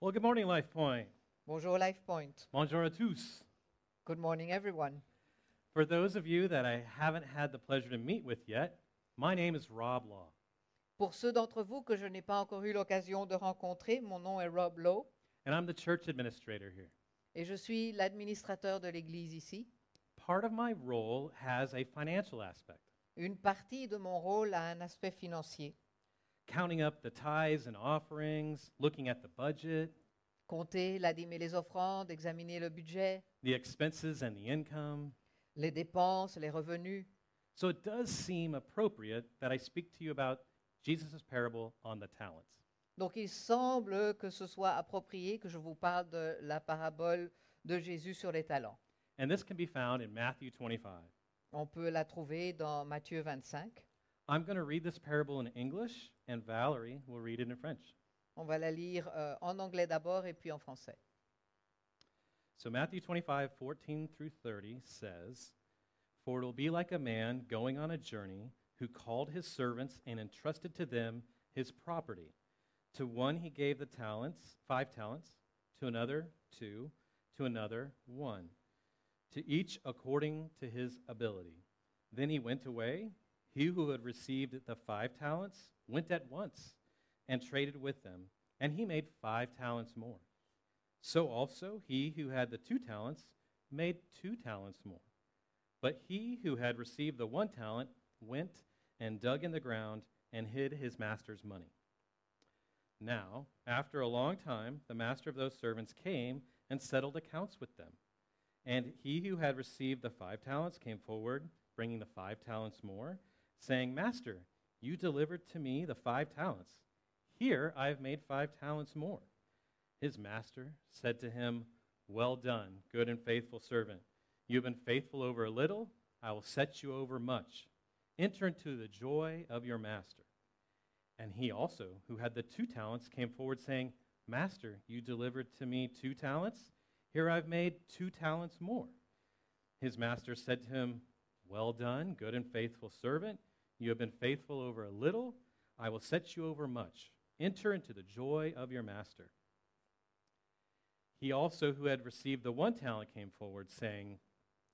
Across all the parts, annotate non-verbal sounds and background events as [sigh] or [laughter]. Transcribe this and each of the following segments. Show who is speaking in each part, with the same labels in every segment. Speaker 1: Well, good morning, Life Point.
Speaker 2: Bonjour LifePoint.
Speaker 1: Bonjour à tous.
Speaker 2: Good morning, everyone.
Speaker 1: For those of you that I haven't had the pleasure to meet with yet, my name is Rob Law.
Speaker 2: Pour ceux d'entre vous que je n'ai pas encore eu l'occasion de rencontrer, mon nom est Rob Lowe
Speaker 1: And I'm the church administrator here.
Speaker 2: et je suis l'administrateur de l'Église ici.
Speaker 1: Part of my role has a financial aspect,
Speaker 2: Une partie de mon rôle a un aspect financier.
Speaker 1: counting up the tithes and offerings, looking at the budget,
Speaker 2: Compter, la dîme et les offrandes, examiner le budget,
Speaker 1: the expenses and the income.
Speaker 2: les dépenses, les revenus.
Speaker 1: So it does seem appropriate that I speak to you about Jesus' parable on the talents.
Speaker 2: Donc il semble que ce soit approprié que je vous parle de la parabole de Jésus sur les talents.
Speaker 1: And this can be found in Matthew 25.
Speaker 2: On peut la trouver dans Matthieu 25.
Speaker 1: I'm going to read this parable in English, and Valerie will read it in French.
Speaker 2: On va la lire euh, en anglais d'abord et puis en français.
Speaker 1: So Matthew 25, 14 through 30 says, For it will be like a man going on a journey who called his servants and entrusted to them his property. To one he gave the talents, five talents, to another two, to another one, to each according to his ability. Then he went away. He who had received the five talents went at once and traded with them, and he made five talents more. So also he who had the two talents made two talents more. But he who had received the one talent went and dug in the ground and hid his master's money. Now, after a long time, the master of those servants came and settled accounts with them. And he who had received the five talents came forward, bringing the five talents more, saying, Master, you delivered to me the five talents. Here I have made five talents more. His master said to him, Well done, good and faithful servant. You have been faithful over a little, I will set you over much. Enter into the joy of your master. And he also, who had the two talents, came forward saying, Master, you delivered to me two talents. Here I've made two talents more. His master said to him, Well done, good and faithful servant. You have been faithful over a little, I will set you over much. Enter into the joy of your master. He also, who had received the one talent, came forward, saying,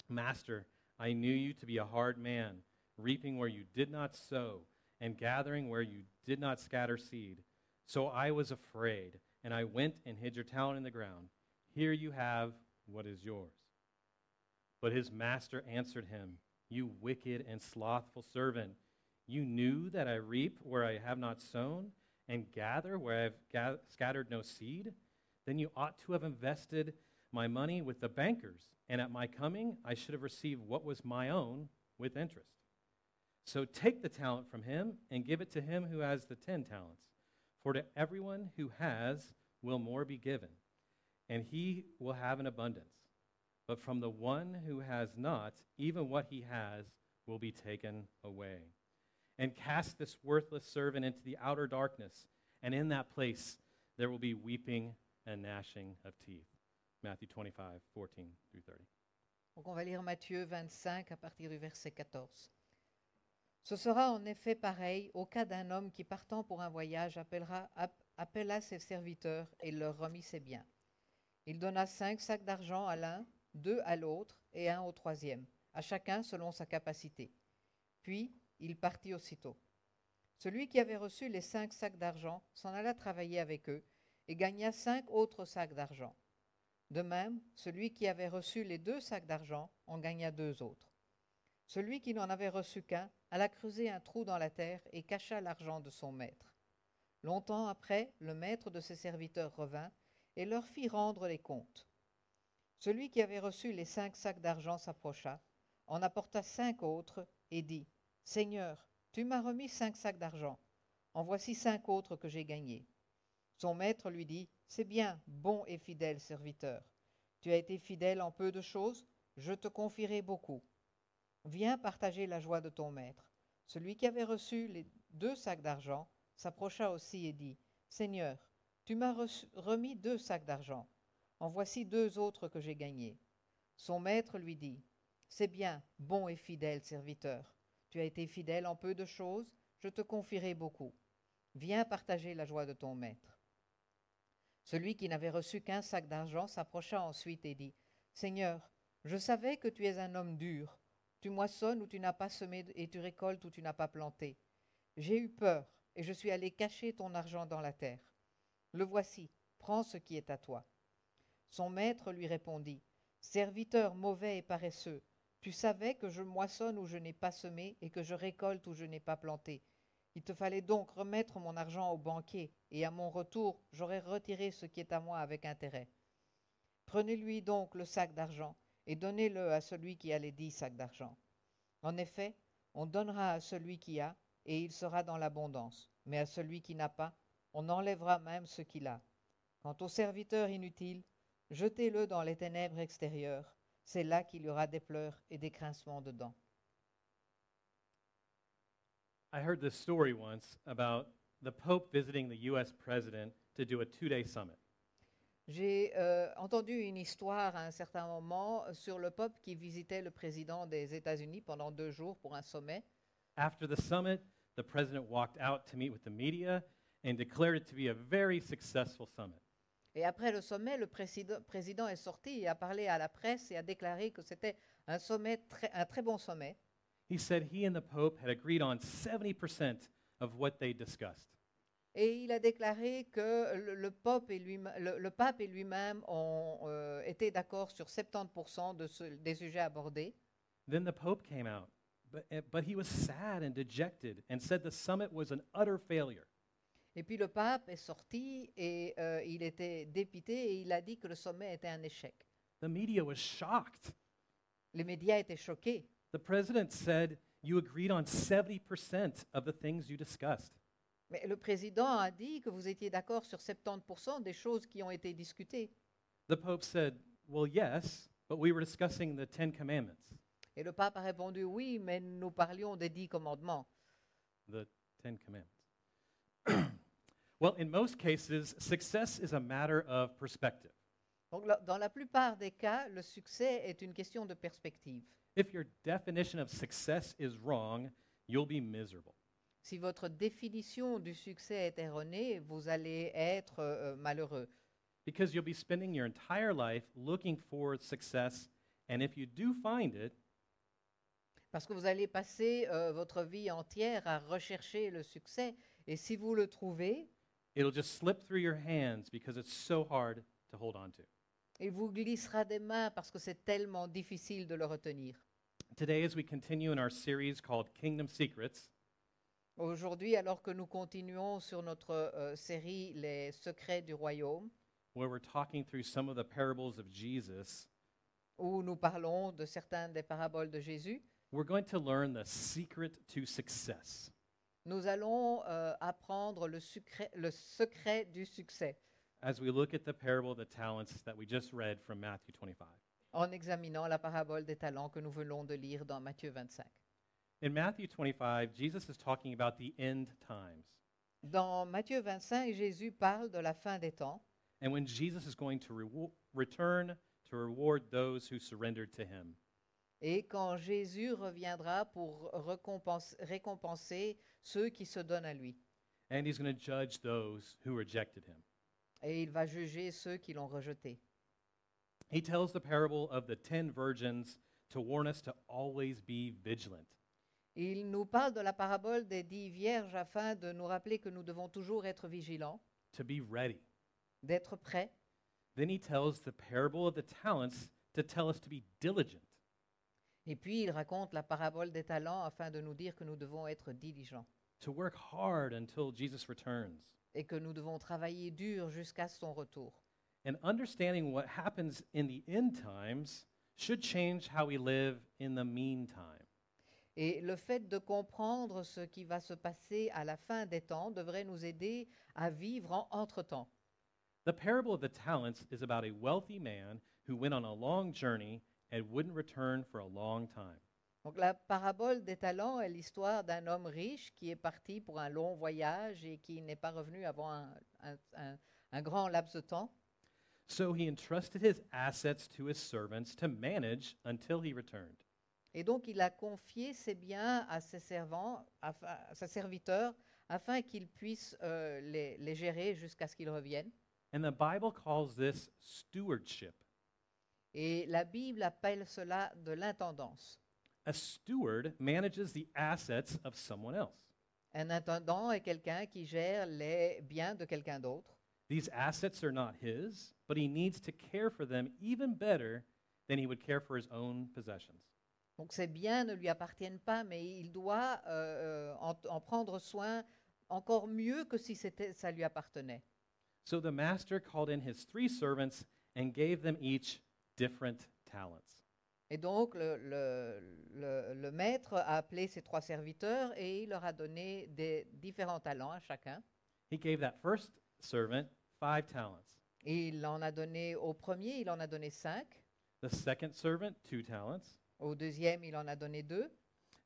Speaker 1: Master, I knew you to be a hard man, reaping where you did not sow, and gathering where you did not scatter seed. So I was afraid, and I went and hid your talent in the ground. Here you have what is yours. But his master answered him, You wicked and slothful servant, you knew that I reap where I have not sown, and gather where I have ga- scattered no seed? Then you ought to have invested my money with the bankers, and at my coming I should have received what was my own with interest. So take the talent from him and give it to him who has the ten talents. For to everyone who has will more be given, and he will have an abundance. But from the one who has not, even what he has will be taken away. And cast this worthless servant into the outer darkness, and in that place there will be weeping and gnashing of teeth. Matthew 25, 14 through 30.
Speaker 2: Donc on va lire Matthieu 25 à partir du verset 14. Ce sera en effet pareil au cas d'un homme qui partant pour un voyage appellera- app- appela ses serviteurs et leur remit ses biens. Il donna cinq sacs d'argent à l'un, deux à l'autre et un au troisième, à chacun selon sa capacité. Puis il partit aussitôt. Celui qui avait reçu les cinq sacs d'argent s'en alla travailler avec eux et gagna cinq autres sacs d'argent. De même, celui qui avait reçu les deux sacs d'argent en gagna deux autres. Celui qui n'en avait reçu qu'un alla creuser un trou dans la terre et cacha l'argent de son maître. Longtemps après, le maître de ses serviteurs revint et leur fit rendre les comptes. Celui qui avait reçu les cinq sacs d'argent s'approcha, en apporta cinq autres et dit Seigneur, tu m'as remis cinq sacs d'argent. En voici cinq autres que j'ai gagnés. Son maître lui dit, C'est bien, bon et fidèle serviteur. Tu as été fidèle en peu de choses, je te confierai beaucoup. Viens partager la joie de ton maître. Celui qui avait reçu les deux sacs d'argent s'approcha aussi et dit, Seigneur, tu m'as reçu- remis deux sacs d'argent. En voici deux autres que j'ai gagnés. Son maître lui dit, C'est bien, bon et fidèle serviteur. Tu as été fidèle en peu de choses, je te confierai beaucoup. Viens partager la joie de ton maître. Celui qui n'avait reçu qu'un sac d'argent s'approcha ensuite et dit, Seigneur, je savais que tu es un homme dur. Tu moissonnes où tu n'as pas semé et tu récoltes où tu n'as pas planté. J'ai eu peur et je suis allé cacher ton argent dans la terre. Le voici, prends ce qui est à toi. Son maître lui répondit, Serviteur mauvais et paresseux, tu savais que je moissonne où je n'ai pas semé et que je récolte où je n'ai pas planté. Il te fallait donc remettre mon argent au banquier, et à mon retour j'aurais retiré ce qui est à moi avec intérêt. Prenez-lui donc le sac d'argent, et donnez-le à celui qui a les dix sacs d'argent. En effet, on donnera à celui qui a, et il sera dans l'abondance, mais à celui qui n'a pas, on enlèvera même ce qu'il a. Quant au serviteur inutile, jetez-le dans les ténèbres extérieures, c'est là qu'il y aura des pleurs et des grincements de dents.
Speaker 1: I heard this story once about the Pope visiting the U.S. president to do a two day summit.
Speaker 2: J'ai euh, entendu une histoire à un certain moment sur le pape qui visitait le président des États-Unis pendant deux jours pour un sommet.
Speaker 1: After the summit, the president walked out to meet with the media and declared it to be a very successful summit.
Speaker 2: Et après le sommet, le président, président est sorti et a parlé à la presse et a déclaré que c'était un sommet, très- un très bon sommet.
Speaker 1: He said he and the Pope had agreed on 70% of what they discussed.
Speaker 2: Et il a déclaré que le, le pope et lui, le, le pape et lui-même ont euh, été d'accord sur 70% de ce- des sujets abordés.
Speaker 1: Then the Pope came out, but, eh, but he was sad and dejected and said the summit was an utter failure.
Speaker 2: Et puis le pape est sorti et euh, il était dépité et il a dit que le sommet était un échec.
Speaker 1: The media was shocked.
Speaker 2: Les médias étaient choqués.
Speaker 1: The president said, You agreed on 70% of the things you discussed.
Speaker 2: Mais le président a dit que vous étiez d'accord sur 70% des choses qui ont été discutées.
Speaker 1: The Pope said, Well, yes, but we were discussing the Ten Commandments.
Speaker 2: Et le pape a répondu oui, mais nous parlions des dix commandements.
Speaker 1: The Ten Commandments. [clears throat] well, in most cases, success is a matter of perspective.
Speaker 2: Donc la- dans la plupart des cas, le succès est une question de perspective.
Speaker 1: If your definition of success is wrong, you'll be miserable.
Speaker 2: Si votre définition du succès est erronée, vous allez être euh, malheureux.
Speaker 1: because you'll be spending your entire life looking for success. And if you do find it,
Speaker 2: Parce que vous allez passer euh, votre vie entière à rechercher le succès. Et si vous le trouvez,
Speaker 1: it'll just slip through your hands because it's so hard to hold on to.
Speaker 2: il vous glissera des mains parce que c'est tellement difficile de le retenir.
Speaker 1: Today, as we continue in our series called Kingdom Secrets,
Speaker 2: Aujourd'hui, alors que nous continuons sur notre euh, série Les secrets du royaume,
Speaker 1: where we're talking through some of the parables of Jesus,
Speaker 2: où nous parlons de certaines des paraboles de Jésus,
Speaker 1: we're going to learn the secret to success.
Speaker 2: nous allons euh, apprendre le sucré- le secret du succès
Speaker 1: As we look at the parable of the talents that we just read from Matthew 25.
Speaker 2: en examinant la parabole des talents que nous venons de lire dans Matthieu 25.
Speaker 1: In Matthew 25, Jesus is talking about the end times
Speaker 2: Dans Matthieu 25, Jésus parle de la fin des temps
Speaker 1: and when Jesus is going to rewo- return to reward those who surrendered to him.
Speaker 2: et quand Jésus reviendra pour récompense- récompenser ceux qui se donnent à lui.
Speaker 1: And he's going to judge those who rejected him.
Speaker 2: Et il va juger ceux qui l'ont rejeté.
Speaker 1: He tells the parable of the ten virgins to warn us to always be vigilant.
Speaker 2: Il nous parle de la parabole des dix vierges afin de nous rappeler que nous devons toujours être vigilants,
Speaker 1: To be ready.
Speaker 2: d'être prêts.
Speaker 1: Then he tells the parable of the talents to tell us to be diligent.
Speaker 2: Et puis il raconte la parabole des talents afin de nous dire que nous devons être diligents
Speaker 1: To work hard until Jesus returns.
Speaker 2: et que nous devons travailler dur jusqu'à son retour.
Speaker 1: And understanding what happens in the end times should change how we live in the meantime.
Speaker 2: Et le fait de comprendre ce qui va se passer à la fin des temps devrait nous aider à vivre en entre-temps.
Speaker 1: The parable of the talents is about a wealthy man who went on a long journey and wouldn't return for a long time.
Speaker 2: Donc la parabole des talents est l'histoire d'un homme riche qui est parti pour un long voyage et qui n'est pas revenu avant un, un- un- un grand laps de temps.
Speaker 1: So he entrusted his assets to his servants to manage until he returned.
Speaker 2: Et donc il a confié ses biens à ses servants, afin- à ses serviteurs, afin qu'ils puissent euh, les, les gérer jusqu'à ce qu'ils reviennent.
Speaker 1: And the Bible calls this stewardship.
Speaker 2: Et la Bible appelle cela de l'intendance.
Speaker 1: A steward manages the assets of someone else.
Speaker 2: Un intendant est quelqu'un qui gère les biens de quelqu'un d'autre.
Speaker 1: These assets are not his, but he needs to care for them even better than he would care for his own possessions.
Speaker 2: Donc ces biens ne lui appartiennent pas, mais il doit euh, euh, en, en prendre soin encore mieux que si c'était- ça lui appartenait.
Speaker 1: So the master called in his three servants and gave them each different talents.
Speaker 2: Et donc le, le- le- le maître a appelé ses trois serviteurs et il leur a donné des différents talents à chacun.
Speaker 1: He gave that first servant five talents,
Speaker 2: Et il en a donné au premier, il en a donné cinq.
Speaker 1: the second servant two talents,
Speaker 2: Au deuxième, il en a donné deux.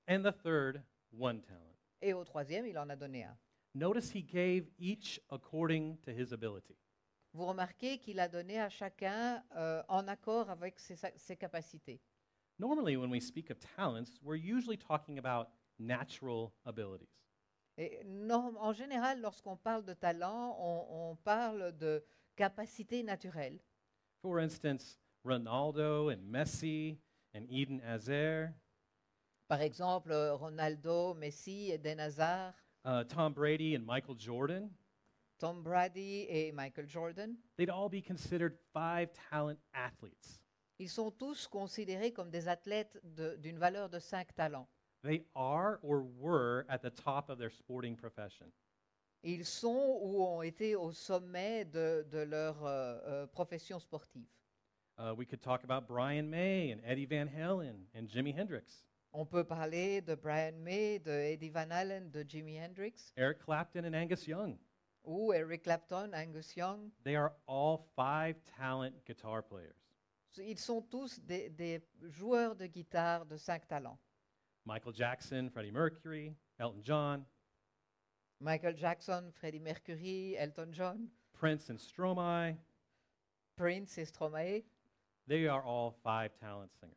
Speaker 1: and the third one talent.
Speaker 2: Et au troisième, il en a donné un.
Speaker 1: Notice he gave each according to his ability.
Speaker 2: Vous remarquez qu'il a donné à chacun euh, en accord avec ses, sa- ses capacités.
Speaker 1: Normally, when we speak of talents, we're usually talking about natural abilities.
Speaker 2: Et norm- en général, lorsqu'on parle de talent, on, on parle de capacités naturelles.
Speaker 1: For instance, Ronaldo and Messi and Eden Azer,
Speaker 2: Par exemple, euh, Ronaldo, Messi, Eden Hazard,
Speaker 1: uh, Tom Brady and Michael Jordan,
Speaker 2: Tom Brady et Michael Jordan.
Speaker 1: they'd all be considered five talent athletes.
Speaker 2: Ils sont tous considérés comme des athlètes de- d'une valeur de cinq talents.
Speaker 1: They are or were at the top of their sporting profession.
Speaker 2: Et Ils sont ou ont été au sommet de, de leur euh, euh, profession sportive.
Speaker 1: Uh, we could talk about Brian May and Eddie Van Halen and Jimi Hendrix,
Speaker 2: On peut parler de Brian May, de Eddie Van Halen, de Jimi Hendrix,
Speaker 1: Eric Clapton and Angus Young.
Speaker 2: ou Eric Clapton, Angus Young.
Speaker 1: They are all five talent guitar players.
Speaker 2: Ils sont tous des, des joueurs de guitare de cinq talents.
Speaker 1: Michael Jackson, Freddie Mercury, Elton John,
Speaker 2: Michael Jackson, Freddie Mercury, Elton John,
Speaker 1: Prince and Stromae,
Speaker 2: Prince et Stromae,
Speaker 1: they are all five talent singers.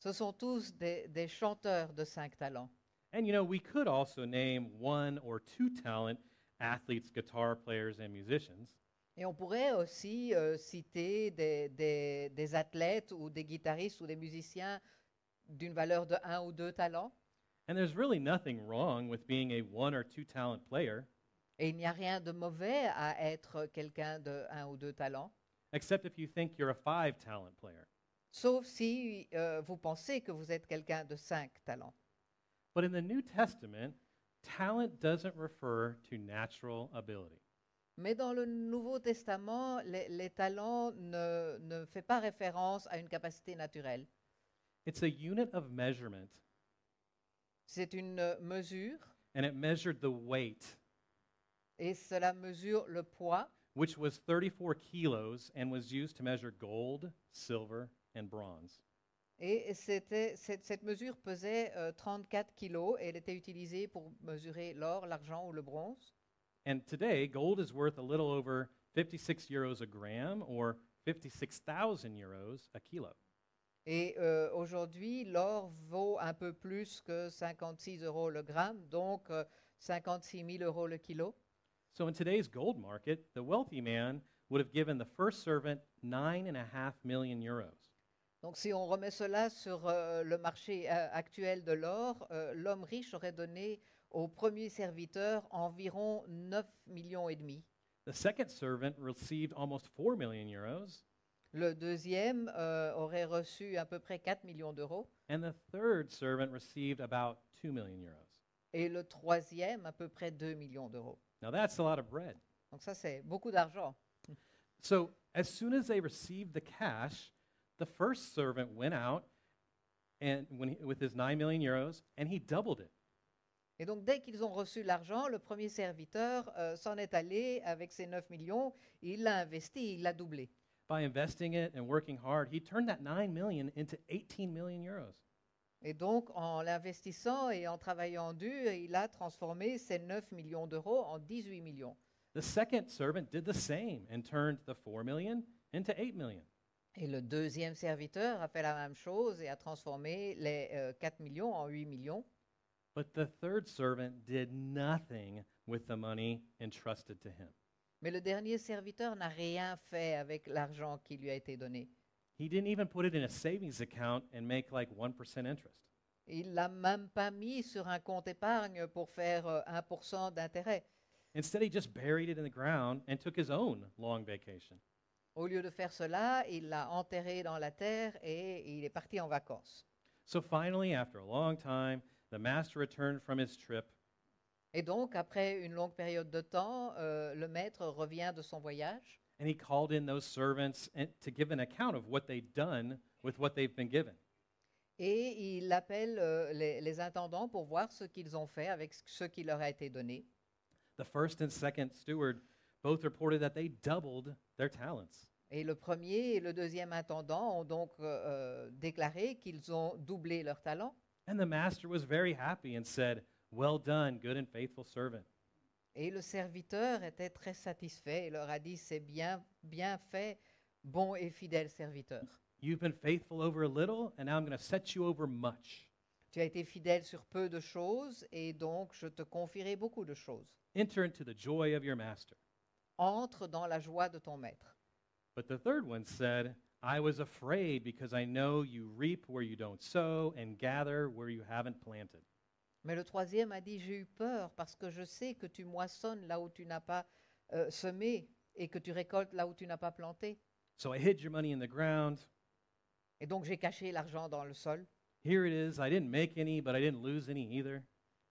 Speaker 2: ce sont tous des, des chanteurs de cinq talents.
Speaker 1: And you know, we could also name one or two talent athletes, guitar players, and musicians,
Speaker 2: Et on pourrait aussi euh, citer des, des- des athlètes ou des guitaristes ou des musiciens d'une valeur de un ou deux talents.
Speaker 1: and there's really nothing wrong with being a one or two talent player,
Speaker 2: Et il n'y a rien de mauvais à être quelqu'un de un ou deux talents,
Speaker 1: except if you think you're a five talent player.
Speaker 2: sauf si euh, vous pensez que vous êtes quelqu'un de cinq talents.
Speaker 1: But in the New Testament, talent doesn't refer to natural ability.
Speaker 2: Mais dans le Nouveau Testament, les, les talents ne, ne fait pas référence à une capacité naturelle.
Speaker 1: It's a unit of measurement,
Speaker 2: C'est une euh, mesure
Speaker 1: and it measured the weight,
Speaker 2: et cela mesure le poids
Speaker 1: which was 34 kilos and was used to measure gold, silver, and bronze.
Speaker 2: et c'était- cette, cette mesure pesait euh, 34 kilos et elle était utilisée pour mesurer l'or, l'argent ou le bronze.
Speaker 1: And today, gold is worth a little over 56 euros a gram or 56,000 euros a kilo.
Speaker 2: Et euh, aujourd'hui, l'or vaut un peu plus que 56 euros le gramme, donc euh, 56 000 euros le kilo.
Speaker 1: So in today's gold market, the wealthy man would have given the first servant 9.5 million euros.
Speaker 2: Donc si on remet cela sur euh, le marché euh, actuel de l'or, euh, l'homme riche aurait donné au premier serviteur environ 9 millions et demi.
Speaker 1: The second servant received almost 4 million euros,
Speaker 2: Le deuxième euh, aurait reçu à peu près 4 millions d'euros
Speaker 1: and the third servant received about 2 million euros.
Speaker 2: et le troisième à peu près 2 millions d'euros.
Speaker 1: Now that's a lot of bread.
Speaker 2: Donc ça, c'est beaucoup d'argent.
Speaker 1: So as soon as they received the cash, the first servant went out and when he, with his 9 million euros and he doubled it.
Speaker 2: Et donc dès qu'ils ont reçu l'argent, le premier serviteur euh, s'en est allé avec ses 9 millions, il l'a investi, il l'a doublé.
Speaker 1: By investing it and working hard, he turned that 9 million into 18 million euros.
Speaker 2: Et donc, en l'investissant et en travaillant dur, il a transformé ces 9 millions d'euros en 18 millions.
Speaker 1: The second servant did the same and turned the 4 million into 8 million.
Speaker 2: Et le deuxième serviteur a fait la même chose et a transformé les euh, 4 millions en 8 millions.
Speaker 1: But the third servant did nothing with the money entrusted to him.
Speaker 2: Mais le dernier serviteur n'a rien fait avec l'argent qui lui a été donné.
Speaker 1: He didn't even put it in a savings account and make like 1% interest.
Speaker 2: Il l'a même pas mis sur un compte épargne pour faire euh, 1% d'intérêt.
Speaker 1: Instead, he just buried it in the ground and took his own long vacation.
Speaker 2: Au lieu de faire cela, il l'a enterré dans la terre et il est parti en vacances.
Speaker 1: So finally, after a long time, the master returned from his trip
Speaker 2: Et donc, après une longue période de temps, euh, le maître revient de son voyage
Speaker 1: and he called in those servants and to give an account of what they'd done with what they've been given.
Speaker 2: et il appelle euh, les, les intendants pour voir ce qu'ils ont fait avec ce- ce qui leur a été donné.
Speaker 1: The first and second steward both reported that they doubled their talents.
Speaker 2: Et le premier et le deuxième intendant ont donc euh, euh, déclaré qu'ils ont doublé leur talent.
Speaker 1: And the master was very happy and said, Well done, good and faithful servant.
Speaker 2: Et le serviteur était très satisfait et leur a dit, c'est bien, bien fait, bon et fidèle serviteur.
Speaker 1: You've been faithful over a little, and now I'm going to set you over much.
Speaker 2: Tu as été fidèle sur peu de choses et donc je te confierai beaucoup de choses.
Speaker 1: Enter into the joy of your master.
Speaker 2: Entre dans la joie de ton maître.
Speaker 1: But the third one said, I was afraid because I know you reap where you don't sow and gather where you haven't planted.
Speaker 2: Mais le troisième a dit, j'ai eu peur parce que je sais que tu moissonnes là où tu n'as pas euh, semé et que tu récoltes là où tu n'as pas planté.
Speaker 1: So I hid your money in the ground.
Speaker 2: Et donc j'ai caché l'argent dans le sol.
Speaker 1: Here it is. I didn't make any, but I didn't lose any either.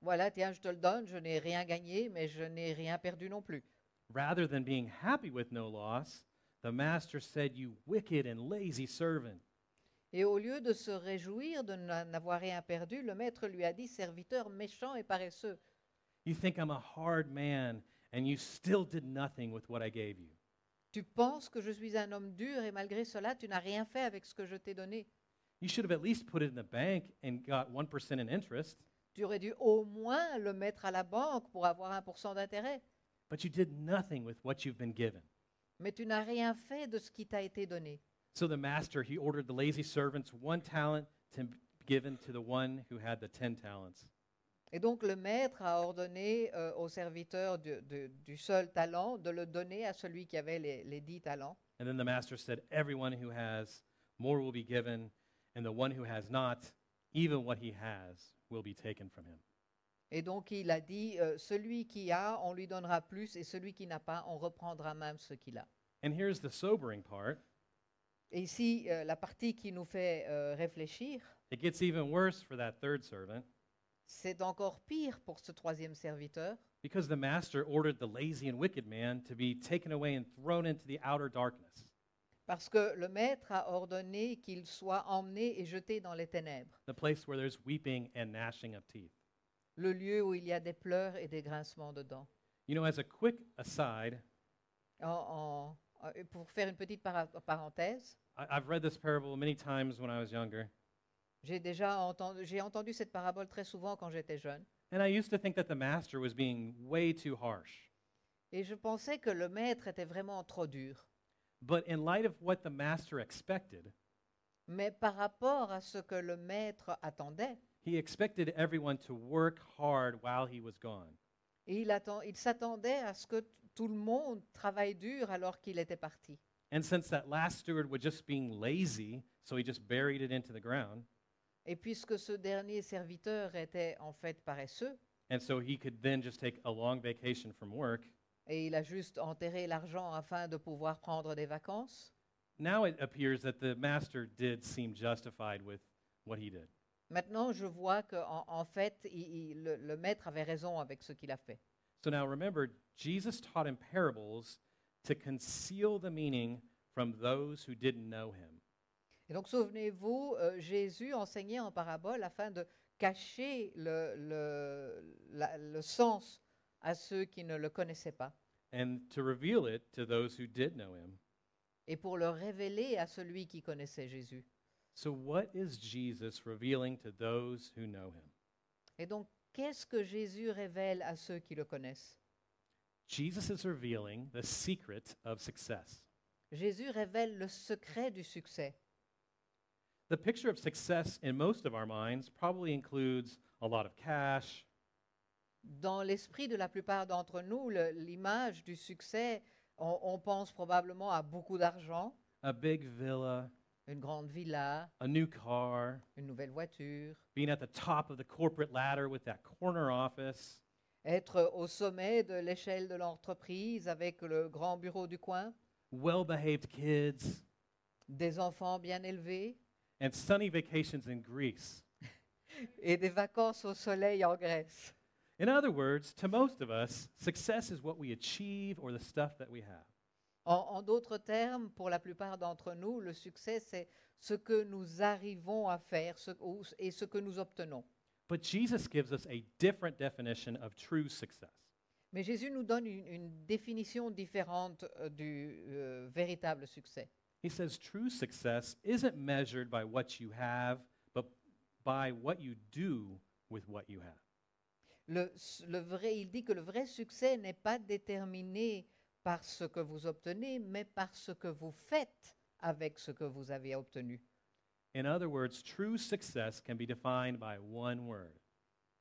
Speaker 2: Voilà, tiens, je te le donne, je n'ai rien gagné, mais je n'ai rien perdu non plus.
Speaker 1: Rather than being happy with no loss, the master said, You wicked and lazy servant.
Speaker 2: Et au lieu de se réjouir de n'a- n'avoir rien perdu, le maître lui a dit, serviteur méchant et paresseux,
Speaker 1: You think I'm a hard man, and you still did nothing with what I gave you.
Speaker 2: tu penses que je suis un homme dur et malgré cela, tu n'as rien fait avec ce que je t'ai donné.
Speaker 1: You should have at least put it in the bank and got 1% in interest,
Speaker 2: Tu aurais dû au moins le mettre à la banque pour avoir 1% d'intérêt,
Speaker 1: but you did nothing with what you've been given.
Speaker 2: mais tu n'as rien fait de ce qui t'a été donné.
Speaker 1: So the master, he ordered the lazy servants one talent to be given to the one who had the 10 talents.
Speaker 2: Et donc le maître a ordonné euh, au serviteur du, du- du seul talent de le donner à celui qui avait les, les dix talents.
Speaker 1: And then the master said, Everyone who has, more will be given, and the one who has not, even what he has, will be taken from him.
Speaker 2: Et donc il a dit, euh, celui qui a, on lui donnera plus, et celui qui n'a pas, on reprendra même ce qu'il a.
Speaker 1: And here's the sobering part
Speaker 2: Et ici, euh, la partie qui nous fait euh, réfléchir,
Speaker 1: it gets even worse for that third servant
Speaker 2: c'est encore pire pour ce troisième serviteur,
Speaker 1: because the master ordered the lazy and wicked man to be taken away and thrown into the outer darkness.
Speaker 2: parce que le maître a ordonné qu'il soit emmené et jeté dans les ténèbres,
Speaker 1: The place where there's weeping and gnashing of teeth.
Speaker 2: le lieu où il y a des pleurs et des grincements de dents.
Speaker 1: You know, as a quick aside,
Speaker 2: En- en- en- pour faire une petite para- parenthèse,
Speaker 1: I, I've read this parable many times when I was younger,
Speaker 2: j'ai déjà entendu, j'ai entendu cette parabole très souvent quand j'étais jeune,
Speaker 1: and I used to think that the master was being way too harsh.
Speaker 2: et je pensais que le maître était vraiment trop dur.
Speaker 1: But in light of what the master expected,
Speaker 2: Mais par rapport à ce que le maître attendait,
Speaker 1: he expected everyone to work hard while he was gone.
Speaker 2: Et il, atten- il s'attendait à ce que t- tout le monde travaille dur alors qu'il était parti.
Speaker 1: And since that last steward was just being lazy, so he just buried it into the ground,
Speaker 2: Et puisque ce dernier serviteur était en fait paresseux,
Speaker 1: and so he could then just take a long vacation from work,
Speaker 2: et il a juste enterré l'argent afin de pouvoir prendre des vacances,
Speaker 1: now it appears that the master did seem justified with what he did.
Speaker 2: maintenant je vois qu'en en, en fait, il- il- le, le maître avait raison avec ce qu'il a fait.
Speaker 1: So now remember, Jesus taught in parables to conceal the meaning from those who didn't know him.
Speaker 2: Et donc souvenez-vous, euh, Jésus enseignait en parabole afin de cacher le- le- la- le sens à ceux qui ne le connaissaient pas.
Speaker 1: and to reveal it to those who did know him.
Speaker 2: et pour le révéler à celui qui connaissait Jésus.
Speaker 1: So, what is Jesus revealing to those who know him?
Speaker 2: Et donc, qu'est-ce que Jésus révèle à ceux qui le connaissent
Speaker 1: Jesus is revealing the secret of success.
Speaker 2: Jésus révèle le secret du succès.
Speaker 1: The picture of success in most of our minds probably includes a lot of cash,
Speaker 2: Dans l'esprit de la plupart d'entre nous, le- l'image du succès On, on pense probablement à beaucoup d'argent,
Speaker 1: a big villa,
Speaker 2: une grande villa,
Speaker 1: a new car,
Speaker 2: une nouvelle voiture,
Speaker 1: being at the top of the corporate ladder with that corner office,
Speaker 2: être au sommet de l'échelle de l'entreprise avec le grand bureau du coin,
Speaker 1: well behaved kids,
Speaker 2: des enfants bien élevés
Speaker 1: and sunny vacations in Greece.
Speaker 2: et des vacances au soleil en Grèce.
Speaker 1: In other words, to most of us, success is what we achieve or the stuff that we have.
Speaker 2: En, en d'autres termes, pour la plupart d'entre nous, le succès, c'est ce que nous arrivons à faire ce- ou- et ce que nous obtenons.
Speaker 1: But Jesus gives us a different definition of true success.
Speaker 2: Mais Jésus nous donne une, une définition différente euh, du euh, véritable succès.
Speaker 1: He says true success isn't measured by what you have, but by what you do with what you have.
Speaker 2: Le, s- le vrai, il dit que le vrai succès n'est pas déterminé par ce que vous obtenez, mais par ce que vous faites avec ce que vous avez obtenu.
Speaker 1: In other words, true success can be defined by one word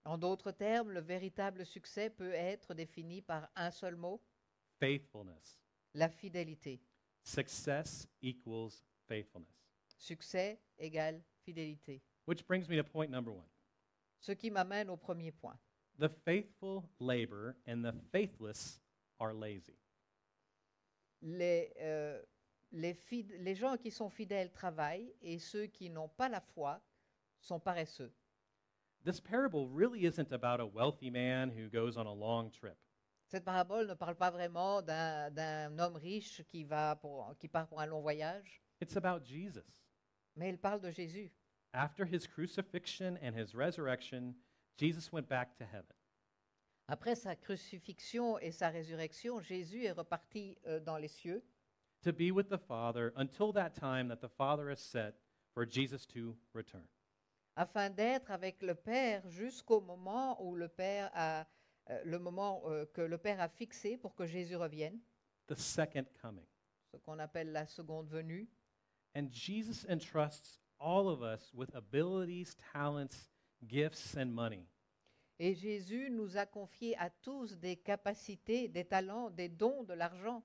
Speaker 2: En d'autres termes, le véritable succès peut être défini par un seul mot,
Speaker 1: faithfulness.
Speaker 2: la fidélité.
Speaker 1: Success equals faithfulness.
Speaker 2: Succès égale fidélité.
Speaker 1: Which brings me to point number one
Speaker 2: Ce qui m'amène au premier point.
Speaker 1: the faithful labor and the faithless are lazy.
Speaker 2: Les, euh, les, fid- les gens qui sont fidèles travaillent et ceux qui n'ont pas la foi sont paresseux.
Speaker 1: This parable really isn't about a wealthy man who goes on a long trip.
Speaker 2: Cette parabole ne parle pas vraiment d'un d'un homme riche qui, va pour, qui part pour un long voyage,
Speaker 1: It's about Jesus.
Speaker 2: mais elle parle de Jésus.
Speaker 1: After his crucifixion and his resurrection, Jesus went back to heaven.
Speaker 2: Après sa crucifixion et sa résurrection, Jésus est reparti euh, dans les cieux
Speaker 1: to be with the Father until that time that the Father has set for Jesus to return.
Speaker 2: afin d'être avec le Père jusqu'au moment où le Père a euh, le moment euh, que le Père a fixé pour que Jésus revienne,
Speaker 1: The second coming.
Speaker 2: ce qu'on appelle la seconde venue.
Speaker 1: And Jesus entrusts all of us with abilities, talents, gifts, and money.
Speaker 2: Et Jésus nous a confié à tous des capacités, des talents, des dons, de l'argent.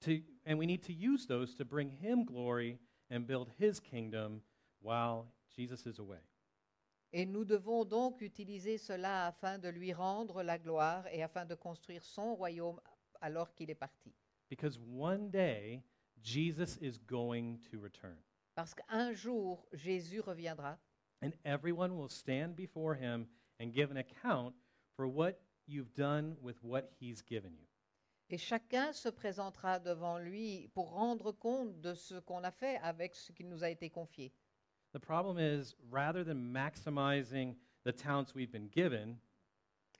Speaker 1: To, and we need to use those to bring Him glory and build His kingdom while Jesus is away.
Speaker 2: Et nous devons donc utiliser cela afin de lui rendre la gloire et afin de construire son royaume alors qu'il est parti.
Speaker 1: Because one day, Jesus is going to return.
Speaker 2: Parce qu'un jour, Jésus reviendra
Speaker 1: And everyone will stand before Him and give an account for what you've done with what He's given you.
Speaker 2: et chacun se présentera devant lui pour rendre compte de ce qu'on a fait avec ce qui nous a été confié.
Speaker 1: The problem is, rather than maximizing the talents we've been given,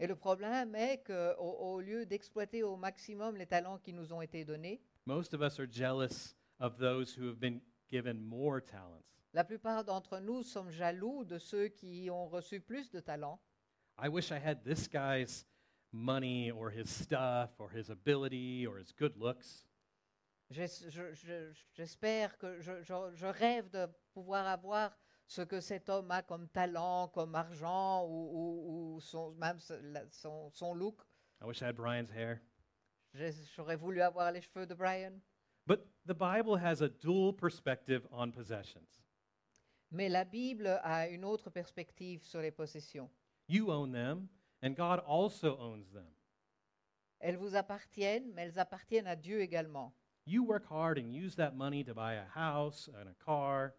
Speaker 2: Et le problème est qu'au au lieu d'exploiter au maximum les talents qui nous ont été donnés,
Speaker 1: most of us are jealous of those who have been given more talents.
Speaker 2: la plupart d'entre nous sommes jaloux de ceux qui ont reçu plus de talents.
Speaker 1: I wish I had this guy's money or his stuff or his ability or his good looks.
Speaker 2: J'es- je- je- J'espère que je, je- je rêve de pouvoir avoir ce que cet homme a comme talent, comme argent ou, ou- ou son, même ce- la- son, son look.
Speaker 1: I wish I had Brian's hair.
Speaker 2: J'es- J'aurais voulu avoir les cheveux de Brian.
Speaker 1: But the Bible has a dual perspective on possessions.
Speaker 2: Mais la Bible a une autre perspective sur les possessions.
Speaker 1: You own them, and God also owns them.
Speaker 2: Elles vous appartiennent, mais elles appartiennent à Dieu également.
Speaker 1: You work hard and use that money to buy a house and a car,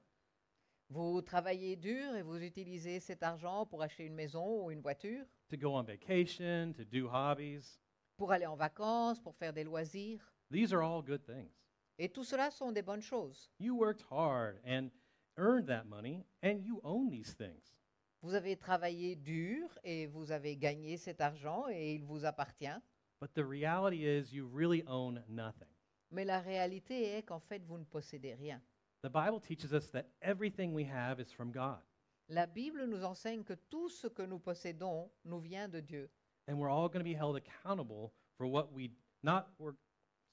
Speaker 2: Vous travaillez dur et vous utilisez cet argent pour acheter une maison ou une voiture,
Speaker 1: to go on vacation, to do hobbies.
Speaker 2: pour aller en vacances, pour faire des loisirs.
Speaker 1: These are all good things.
Speaker 2: Et tout cela sont des bonnes choses.
Speaker 1: You worked hard and earned that money, and you own these things.
Speaker 2: Vous avez travaillé dur et vous avez gagné cet argent et il vous appartient.
Speaker 1: But the reality is, you really own nothing.
Speaker 2: Mais la réalité est qu'en fait, vous ne possédez rien.
Speaker 1: The Bible teaches us that everything we have is from God,
Speaker 2: La Bible nous enseigne que tout ce que nous possédons nous vient de Dieu.
Speaker 1: and we're all going to be held accountable for what we not we're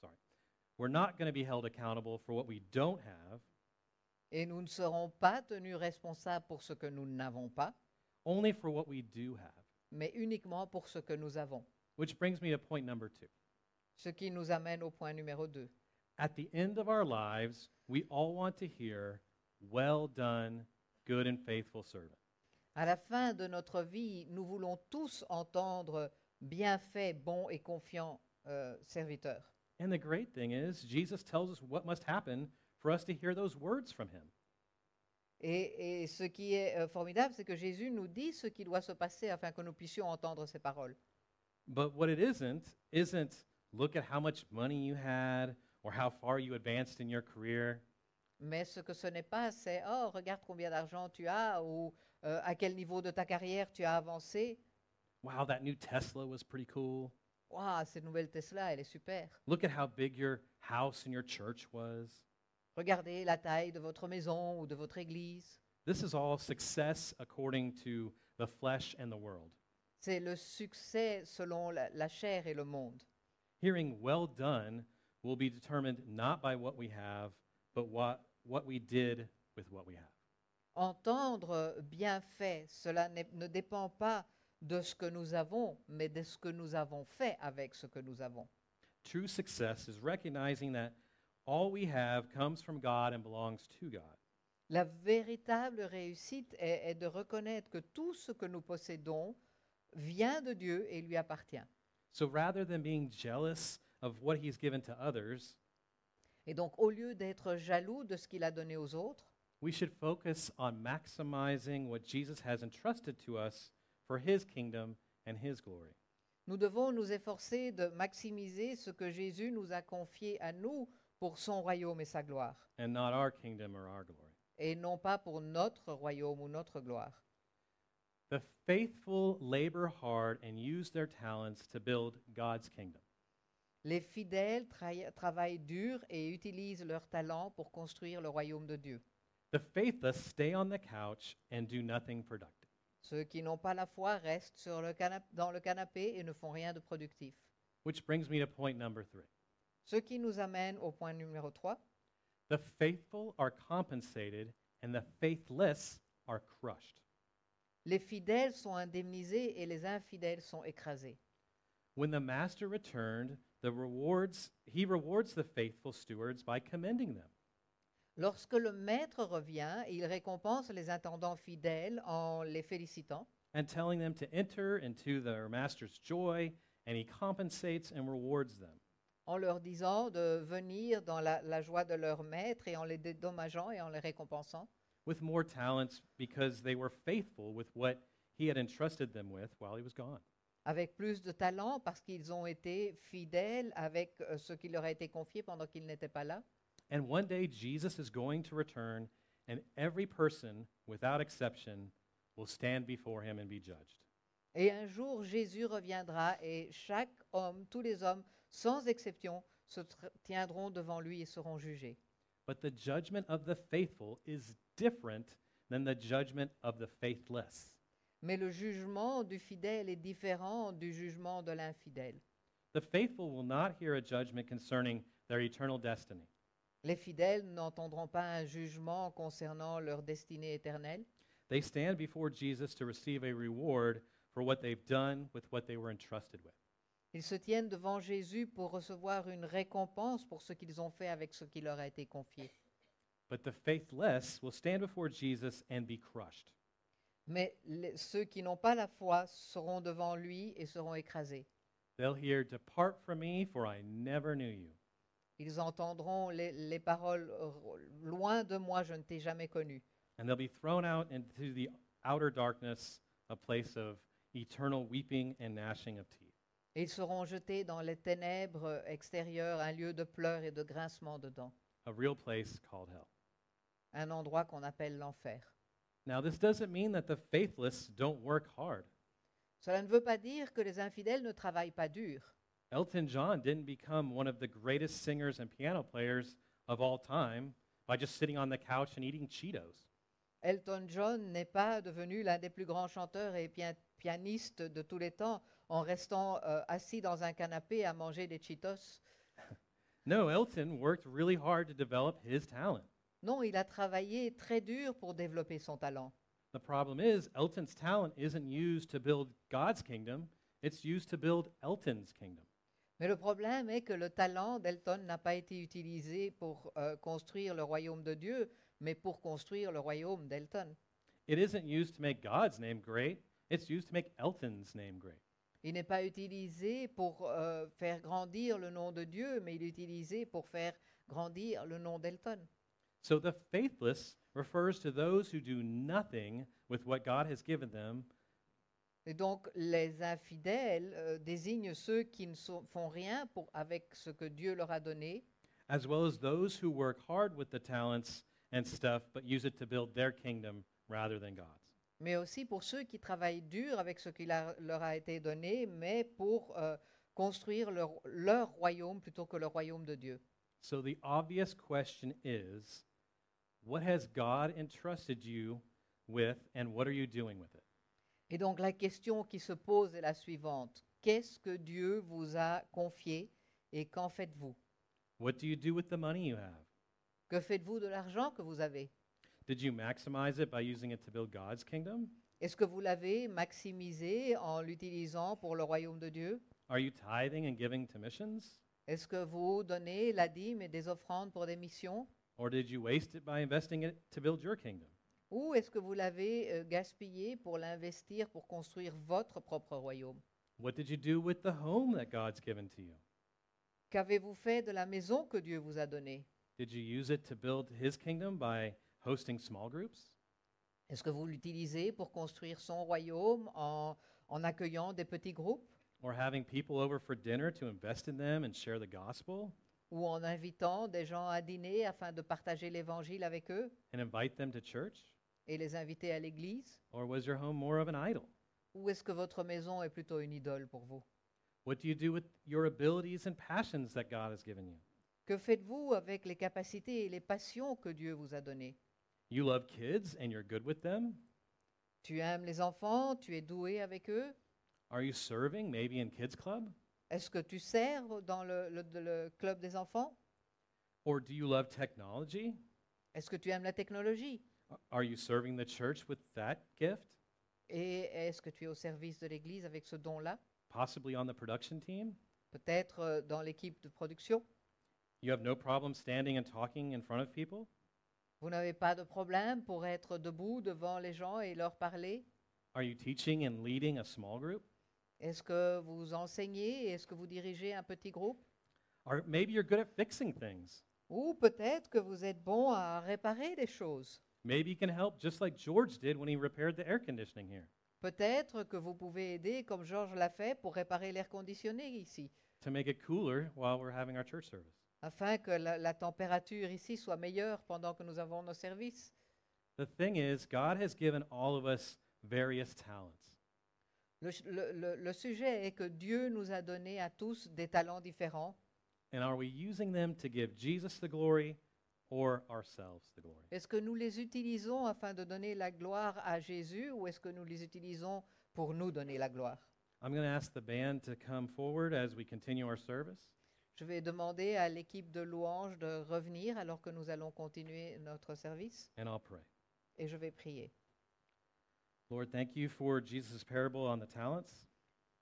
Speaker 1: sorry, we're not going to be held accountable for what we don't have,
Speaker 2: Et nous ne serons pas tenus responsables pour ce que nous n'avons pas,
Speaker 1: only for what we do have.
Speaker 2: mais uniquement pour ce que nous avons.
Speaker 1: Which brings me to point number two.
Speaker 2: Ce qui nous amène au point numéro 2.
Speaker 1: At the end of our lives, we all want to hear, Well done, good and faithful servant.
Speaker 2: À la fin de notre vie, nous voulons tous entendre bien fait, bon et confiant euh, serviteur.
Speaker 1: And the great thing is, Jesus tells us what must happen for us to hear those words from him.
Speaker 2: Et, et ce qui est euh, formidable, c'est que Jésus nous dit ce qui doit se passer afin que nous puissions entendre ses paroles.
Speaker 1: But what it isn't, isn't look at how much money you had or how far you advanced in your career.
Speaker 2: Mais ce que ce n'est pas, c'est oh, regarde combien d'argent tu as ou euh, à quel niveau de ta carrière tu as avancé.
Speaker 1: Wow, that new Tesla was pretty cool.
Speaker 2: Waouh, cette nouvelle Tesla, elle est super.
Speaker 1: Look at how big your house and your church was.
Speaker 2: Regardez la taille de votre maison ou de votre église.
Speaker 1: This is all success according to the flesh and the world.
Speaker 2: C'est le succès selon la, la chair et le monde.
Speaker 1: Hearing well done will be determined not by what we have, but what, what we did with what we have.
Speaker 2: Entendre euh, bien fait, cela n'est- ne dépend pas de ce que nous avons, mais de ce que nous avons fait avec ce que nous avons.
Speaker 1: True success is recognizing that all we have comes from God and belongs to God.
Speaker 2: La véritable réussite est, est de reconnaître que tout ce que nous possédons vient de Dieu et lui appartient.
Speaker 1: So rather than being jealous of what he's given to others,
Speaker 2: Et donc, au lieu d'être jaloux de ce qu'il a donné aux autres,
Speaker 1: we should focus on maximizing what Jesus has entrusted to us for his kingdom and his glory.
Speaker 2: nous devons nous efforcer de maximiser ce que Jésus nous a confié à nous pour son royaume et sa gloire,
Speaker 1: and not our kingdom or our glory.
Speaker 2: et non pas pour notre royaume ou notre gloire.
Speaker 1: The faithful labor hard and use their talents to build God's kingdom.
Speaker 2: Les fidèles trahi- travaillent dur et utilisent leurs talents pour construire le royaume de Dieu.
Speaker 1: The faithless stay on the couch and do nothing productive.
Speaker 2: Ceux qui n'ont pas la foi restent sur le canap- dans le canapé et ne font rien de productif.
Speaker 1: Which brings me to point number three.
Speaker 2: Ce qui nous amène au point numéro 3.
Speaker 1: The faithful are compensated and the faithless are crushed.
Speaker 2: Les fidèles sont indemnisés et les infidèles sont écrasés.
Speaker 1: When the master returned, the rewards he rewards the faithful stewards by commending them.
Speaker 2: Lorsque le maître revient, il récompense les intendants fidèles en les félicitant
Speaker 1: and telling them to enter into their master's joy, and he compensates and rewards them.
Speaker 2: en leur disant de venir dans la, la joie de leur maître et en les dédommageant et en les récompensant.
Speaker 1: with more talents because they were faithful with what he had entrusted them with while he was gone.
Speaker 2: avec plus de talent parce qu'ils ont été fidèles avec euh, ce qui leur a été confié pendant qu'ils n'étaient pas là.
Speaker 1: And one day Jesus is going to return, and every person, without exception, will stand before him and be judged.
Speaker 2: Et un jour, Jésus reviendra et chaque homme, tous les hommes, sans exception, se tr- tiendront devant lui et seront jugés.
Speaker 1: But the judgment of the faithful is different than the judgment of the faithless.
Speaker 2: Mais le jugement du fidèle est différent du jugement de l'infidèle.
Speaker 1: The faithful will not hear a judgment concerning their eternal destiny.
Speaker 2: Les fidèles n'entendront pas un jugement concernant leur destinée éternelle.
Speaker 1: They stand before Jesus to receive a reward for what they've done with what they were entrusted with.
Speaker 2: Ils se tiennent devant Jésus pour recevoir une récompense pour ce qu'ils ont fait avec ce qui leur a été confié.
Speaker 1: But the faithless will stand before Jesus and be crushed.
Speaker 2: Mais les- ceux qui n'ont pas la foi seront devant lui et seront écrasés.
Speaker 1: They'll hear, Depart from me, for I never knew you.
Speaker 2: Ils entendront les, les paroles euh, Loin de moi, je ne t'ai jamais connu.
Speaker 1: And they'll be thrown out into the outer darkness, a place of eternal weeping and gnashing of teeth.
Speaker 2: Et ils seront jetés dans les ténèbres extérieures, un lieu de pleurs et de grincements de dents,
Speaker 1: A real place called hell.
Speaker 2: un endroit qu'on appelle l'enfer.
Speaker 1: Now, this doesn't mean that the faithless don't work hard.
Speaker 2: Cela ne veut pas dire que les infidèles ne travaillent pas dur.
Speaker 1: Elton John didn't become one of the greatest singers and piano players of all time by just sitting on the couch and eating Cheetos.
Speaker 2: Elton John n'est pas devenu l'un des plus grands chanteurs et pian- pianistes de tous les temps en restant euh, assis dans un canapé à manger des Cheetos.
Speaker 1: No, Elton worked really hard to develop his talent.
Speaker 2: Non, il a travaillé très dur pour développer son talent.
Speaker 1: The problem is, Elton's talent isn't used to build God's kingdom, it's used to build Elton's kingdom.
Speaker 2: Mais le problème est que le talent d'Elton n'a pas été utilisé pour euh, construire le royaume de Dieu, mais pour construire le royaume d'Elton.
Speaker 1: It isn't used to make God's name great, it's used to make Elton's name great.
Speaker 2: Il n'est pas utilisé pour euh, faire grandir le nom de Dieu, mais il est utilisé pour faire grandir le nom d'Elton.
Speaker 1: So the faithless refers to those who do nothing with what God has given them
Speaker 2: Et donc, les infidèles euh, désignent ceux qui ne sont- font rien pour, avec ce que Dieu leur a donné,
Speaker 1: as well as those who work hard with the talents and stuff, but use it to build their kingdom rather than God's.
Speaker 2: mais aussi pour ceux qui travaillent dur avec ce qui la- leur a été donné, mais pour euh, construire leur, leur royaume plutôt que le royaume de Dieu.
Speaker 1: So the obvious question is what has God entrusted you with, and what are you doing with it?
Speaker 2: Et donc, la question qui se pose est la suivante. Qu'est-ce que Dieu vous a confié et qu'en faites-vous
Speaker 1: What do you do with the money you have?
Speaker 2: Que faites-vous de l'argent que vous avez
Speaker 1: Did you maximize it by using it to build God's kingdom?
Speaker 2: Est-ce que vous l'avez maximisé en l'utilisant pour le royaume de Dieu
Speaker 1: Are you tithing and giving to missions?
Speaker 2: Est-ce que vous donnez la dîme et des offrandes pour des missions
Speaker 1: Or did you waste it by investing it to build your kingdom?
Speaker 2: Ou est-ce que vous l'avez euh, gaspillé pour l'investir pour construire votre propre royaume
Speaker 1: What did you do with the home that God's given to you?
Speaker 2: Qu'avez-vous fait de la maison que Dieu vous a donnée
Speaker 1: Did you use it to build his kingdom by hosting small groups?
Speaker 2: Est-ce que vous l'utilisez pour construire son royaume en, en accueillant des petits groupes
Speaker 1: Or having people over for dinner to invest in them and share the gospel
Speaker 2: ou en invitant des gens à dîner afin de partager l'évangile avec eux
Speaker 1: and invite them to church?
Speaker 2: et les inviter à l'église
Speaker 1: Or was your home more of an idol?
Speaker 2: Ou est-ce que votre maison est plutôt une idole pour vous
Speaker 1: What do you do with your abilities and passions that God has given you?
Speaker 2: Que faites-vous avec les capacités et les passions que Dieu vous a données
Speaker 1: You love kids and you're good with them?
Speaker 2: Tu aimes les enfants, tu es doué avec eux
Speaker 1: Are you serving maybe in kids club?
Speaker 2: Est-ce que tu serves dans le, le- de- le club des enfants
Speaker 1: Or do you love technology?
Speaker 2: Est-ce que tu aimes la technologie
Speaker 1: Are you serving the church with that gift?
Speaker 2: Et est-ce que tu es au service de l'Église avec ce don-là
Speaker 1: Possibly on the production team?
Speaker 2: Peut-être euh, dans l'équipe de production
Speaker 1: You have no problem standing and talking in front of people?
Speaker 2: Vous n'avez pas de problème pour être debout devant les gens et leur parler
Speaker 1: Are you teaching and leading a small group?
Speaker 2: Est-ce que vous enseignez Est-ce que vous dirigez un petit groupe
Speaker 1: Or maybe you're good at fixing things.
Speaker 2: Ou peut-être que vous êtes bon à réparer des choses.
Speaker 1: Maybe you can help just like George did when he repaired the air conditioning here
Speaker 2: Peut-être que vous pouvez aider, comme Georges l'a fait, pour réparer l'air conditionné ici,
Speaker 1: to make it cooler while we're having our church service.
Speaker 2: afin que la, la température ici soit meilleure pendant que nous avons nos services.
Speaker 1: The thing is, God has given all of us various talents.
Speaker 2: Le, ch- le- le- le sujet est que Dieu nous a donné à tous des talents différents.
Speaker 1: And are we using them to give Jesus the glory or ourselves the glory?
Speaker 2: Est-ce que nous les utilisons afin de donner la gloire à Jésus ou est-ce que nous les utilisons pour nous donner la gloire
Speaker 1: I'm going to ask the band to come forward as we continue our service.
Speaker 2: Je vais demander à l'équipe de louanges de revenir alors que nous allons continuer notre service
Speaker 1: and I'll pray.
Speaker 2: et je vais prier.
Speaker 1: Lord, thank you for Jesus' parable on the talents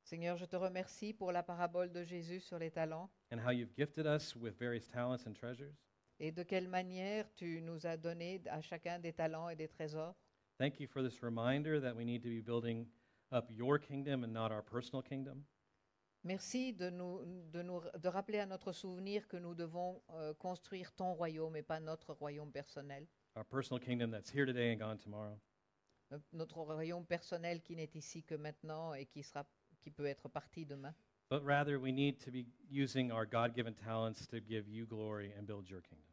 Speaker 2: Seigneur, je te remercie pour la parabole de Jésus sur les talents
Speaker 1: and how you've gifted us with various talents and treasures.
Speaker 2: et de quelle manière tu nous as donné à chacun des talents et des trésors.
Speaker 1: Thank you for this reminder that we need to be building up your kingdom and not our personal kingdom.
Speaker 2: Merci de nous, de nous de rappeler à notre souvenir que nous devons euh, construire ton royaume et pas notre royaume personnel.
Speaker 1: Our personal kingdom that's here today and gone tomorrow.
Speaker 2: No- Euh, Notre royaume personnel qui n'est ici que maintenant et qui, sera, qui peut être parti demain.
Speaker 1: But rather, we need to be using our God given talents to give you glory and build your kingdom.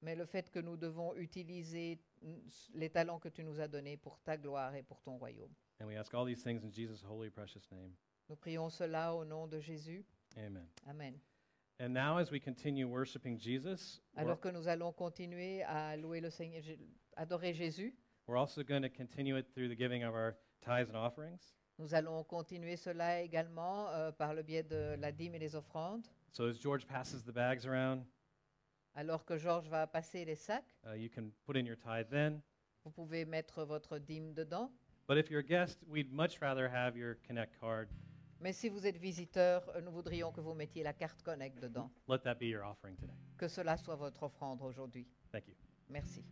Speaker 2: Mais le fait que nous devons utiliser mm, s- les talents que tu nous as donnés pour ta gloire et pour ton royaume.
Speaker 1: And we ask all these things in Jesus' holy, precious name.
Speaker 2: Nous prions cela au nom de Jésus.
Speaker 1: Amen.
Speaker 2: Amen.
Speaker 1: And now, as we continue worshiping Jesus, we're,
Speaker 2: Alors que nous allons continuer à louer le Seigneur, Jé- adorer Jésus,
Speaker 1: we're also going to continue it through the giving of our tithes and offerings.
Speaker 2: nous allons continuer cela également euh, par le biais de la dîme et les offrandes.
Speaker 1: So as George passes the bags around,
Speaker 2: Alors que Georges va passer les sacs,
Speaker 1: uh, you can put in your tithe then.
Speaker 2: vous pouvez mettre votre dîme dedans.
Speaker 1: But if you're a guest, we'd much rather have your Connect card
Speaker 2: Mais si vous êtes visiteur, euh, nous voudrions que vous mettiez la carte Connect dedans.
Speaker 1: Let that be your offering today.
Speaker 2: Que cela soit votre offrande aujourd'hui.
Speaker 1: Thank you.
Speaker 2: Merci.